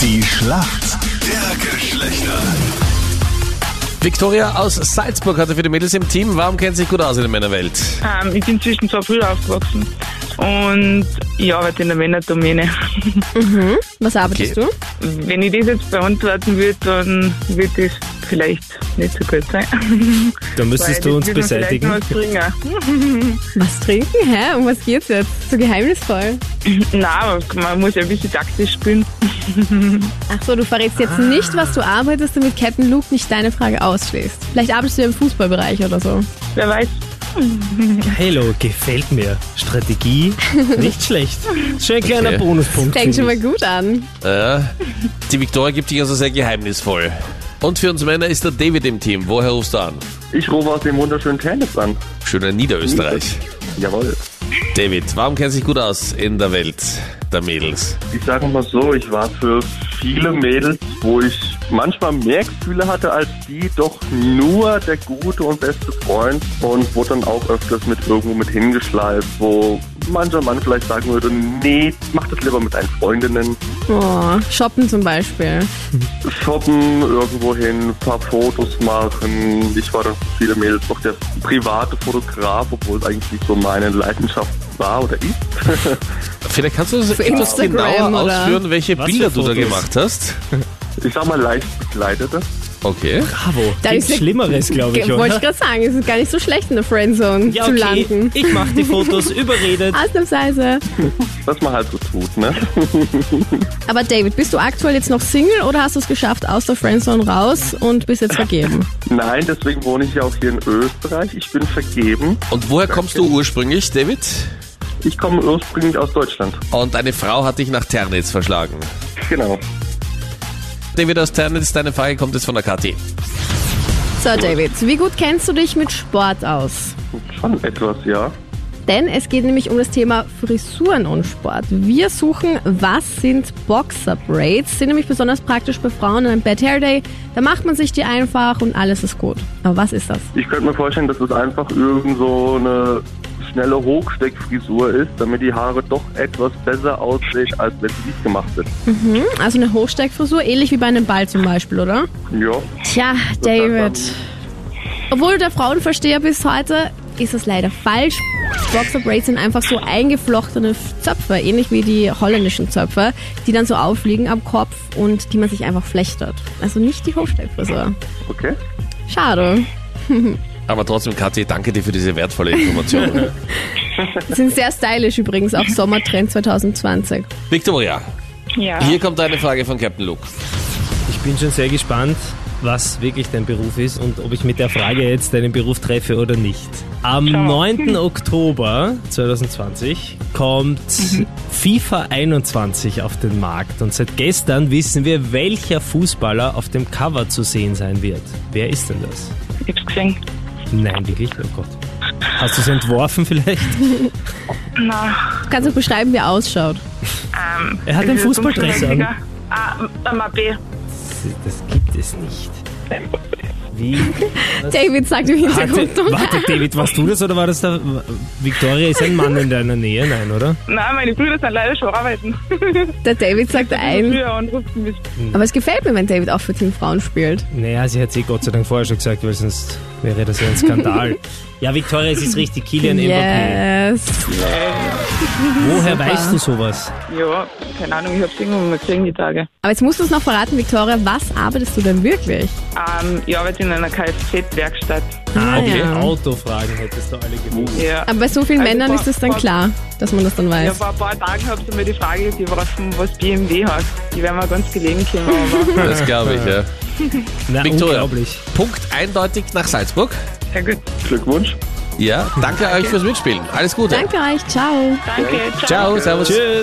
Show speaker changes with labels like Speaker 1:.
Speaker 1: Die Schlacht der Geschlechter.
Speaker 2: Victoria aus Salzburg hatte für die Mädels im Team. Warum kennt sie sich gut aus in der Männerwelt?
Speaker 3: Ähm, ich bin zwischen zwei Brüder aufgewachsen und ich arbeite in der Männerdomäne.
Speaker 4: Was arbeitest
Speaker 2: Okay.
Speaker 4: du?
Speaker 3: Wenn ich das jetzt beantworten würde, dann wird das vielleicht nicht so gut sein.
Speaker 5: Da müsstest du uns beseitigen.
Speaker 3: Was bringen.
Speaker 4: Was trinken? Hä? Um was geht's jetzt? So geheimnisvoll.
Speaker 3: Nein, man muss ja ein bisschen taktisch spielen.
Speaker 4: Ach so, du verrätst jetzt
Speaker 5: Ah.
Speaker 4: nicht, was du arbeitest, damit Captain Luke nicht deine Frage ausschließt. Vielleicht arbeitest du ja im Fußballbereich oder so.
Speaker 3: Wer weiß.
Speaker 5: Hello, gefällt mir. Strategie, nicht schlecht. Schön kleiner
Speaker 2: Okay.
Speaker 5: Bonuspunkt.
Speaker 4: Fängt schon
Speaker 5: finde
Speaker 4: mal gut an.
Speaker 2: Äh, die Victoria gibt sich also sehr geheimnisvoll. Und für uns Männer ist der David im Team. Woher rufst du an?
Speaker 6: Ich rufe aus dem wunderschönen Chemnitz an.
Speaker 2: Schöner Niederösterreich.
Speaker 6: Jawohl.
Speaker 2: David, warum kennt sie sich gut aus in der Welt der Mädels?
Speaker 6: Ich sage mal so, ich war für viele Mädels, wo ich manchmal mehr Gefühle hatte als die, doch nur der gute und beste Freund und wurde dann auch öfters mit irgendwo mit hingeschleift, wo mancher Mann vielleicht sagen würde, nee, mach das lieber mit deinen Freundinnen.
Speaker 4: Oh, shoppen zum Beispiel.
Speaker 6: Shoppen, irgendwo hin, ein paar Fotos machen. Ich war dann für viele Mädels doch der private Fotograf, obwohl es eigentlich nicht so meine Leidenschaft war oder ist.
Speaker 2: Vielleicht kannst du das
Speaker 4: Für
Speaker 2: etwas
Speaker 4: Instagram,
Speaker 2: genauer
Speaker 4: oder?
Speaker 2: ausführen, welche
Speaker 5: Was für
Speaker 2: Bilder du da
Speaker 5: Fotos?
Speaker 2: gemacht hast.
Speaker 6: Ich sag mal leicht begleitete.
Speaker 2: Okay.
Speaker 5: ich. Bravo.
Speaker 4: Da
Speaker 5: Gibt's
Speaker 4: ist ja-
Speaker 5: Schlimmeres, glaube ich,
Speaker 4: Ge-
Speaker 5: oder?
Speaker 4: Wollte ich gerade sagen, es ist gar nicht so schlecht in der Friendzone
Speaker 5: Ja,
Speaker 4: zu
Speaker 5: okay.
Speaker 4: landen.
Speaker 5: Ich mache die Fotos, überredet.
Speaker 4: Ausnahmsweise.
Speaker 6: was man halt so tut, ne?
Speaker 4: Aber David, bist du aktuell jetzt noch Single oder hast du es geschafft aus der Friendzone raus und bist jetzt vergeben?
Speaker 6: Nein, deswegen wohne ich ja auch hier in Österreich. Ich bin vergeben.
Speaker 2: Und woher kommst du ursprünglich, David?
Speaker 6: Ich komme ursprünglich aus Deutschland.
Speaker 2: Und eine Frau hat dich nach Ternitz verschlagen.
Speaker 6: Genau.
Speaker 2: David aus Ternitz, deine Frage kommt jetzt von der Kathi.
Speaker 4: So, David, wie gut kennst du dich mit Sport aus?
Speaker 6: Schon etwas, ja.
Speaker 4: Denn es geht nämlich um das Thema Frisuren und Sport. Wir suchen, was sind Boxer-Braids? Sind nämlich besonders praktisch bei Frauen in einem Bad Hair Day. Da macht man sich die einfach und alles ist gut. Aber was ist das?
Speaker 6: Ich könnte mir vorstellen, dass es einfach irgend so eine schnelle Hochsteckfrisur ist, damit die Haare doch etwas besser aussehen, als wenn sie nicht gemacht sind.
Speaker 4: Also eine Hochsteckfrisur, ähnlich wie bei einem Ball zum Beispiel, oder?
Speaker 6: Ja,
Speaker 4: Tja, David. Obwohl du der Frauenversteher bist heute, ist das leider falsch. Boxer Braids sind einfach so eingeflochtene Zöpfe, ähnlich wie die holländischen Zöpfe, die dann so aufliegen am Kopf und die man sich einfach flechtet. Also nicht die Hochsteckfrisur.
Speaker 6: okay.
Speaker 4: Schade.
Speaker 2: Aber trotzdem, Kathi, danke dir für diese wertvolle Information.
Speaker 4: Die Sind sehr stylisch übrigens, auch Sommertrend 2020.
Speaker 2: Victoria,
Speaker 3: Ja.
Speaker 2: hier kommt eine Frage von Captain Luke.
Speaker 5: Ich bin schon sehr gespannt, was wirklich dein Beruf ist und ob ich mit der Frage jetzt deinen Beruf treffe oder nicht. Am
Speaker 4: Hm.
Speaker 5: 9. Oktober 2020 kommt
Speaker 4: Mhm.
Speaker 5: FIFA 21 auf den Markt und seit gestern wissen wir, welcher Fußballer auf dem Cover zu sehen sein wird. Wer ist denn das?
Speaker 3: Ich hab's gesehen.
Speaker 5: Nein, wirklich? Oh Gott. Hast du es entworfen vielleicht?
Speaker 4: Kannst du beschreiben, wie er ausschaut?
Speaker 3: Ähm,
Speaker 5: Er hat
Speaker 3: ist
Speaker 5: einen
Speaker 3: es
Speaker 5: Fußballdress an.
Speaker 3: dunkelhäutiger? Ah, am AB.
Speaker 5: Das gibt es nicht. Wie
Speaker 4: David sagt im
Speaker 5: Warte,
Speaker 4: Hintergrund.
Speaker 5: warte, David, warst du das oder war das der. Victoria ist ein Mann in deiner Nähe, nein, oder?
Speaker 3: Nein, meine Brüder sind leider schon arbeiten.
Speaker 4: Der David sagt ein.
Speaker 3: Früher anrufen müssen.
Speaker 4: Aber es gefällt mir, wenn David auch für Team Frauen spielt.
Speaker 5: Naja, sie hat eh Gott sei Dank vorher schon gesagt, weil sonst wäre das ja ein Skandal. ja, Victoria, es ist richtig, Kilian Mbappé.
Speaker 4: Yes.
Speaker 5: Woher weißt du sowas?
Speaker 3: Ja, keine Ahnung, ich hab's irgendwo mal gesehen die Tage.
Speaker 4: Aber jetzt musst du es noch verraten, Victoria, was arbeitest du denn wirklich?
Speaker 3: Ähm, ich arbeite in einer Kfz-Werkstatt.
Speaker 5: Ah, die
Speaker 4: ja.
Speaker 5: Autofragen hättest du alle gewusst.
Speaker 3: Ja.
Speaker 4: Aber bei so vielen
Speaker 3: Also
Speaker 4: Männern
Speaker 3: vor-
Speaker 4: ist es dann
Speaker 3: vor-
Speaker 4: klar, dass man das dann
Speaker 3: Ja,
Speaker 4: weiß.
Speaker 3: vor ein paar Tagen habt ihr mir die Frage geworfen, was BMW hat. Die werden wir ganz gelegen kommen, aber
Speaker 2: Das glaube ich, ja.
Speaker 5: Na,
Speaker 2: Victoria.
Speaker 5: unglaublich.
Speaker 2: Punkt eindeutig nach Salzburg.
Speaker 3: sehr gut.
Speaker 6: Glückwunsch.
Speaker 2: Ja, danke euch fürs Mitspielen. Alles Gute.
Speaker 4: Danke euch, ciao.
Speaker 3: Danke, ciao.
Speaker 2: Ciao, servus.
Speaker 5: Tschüss.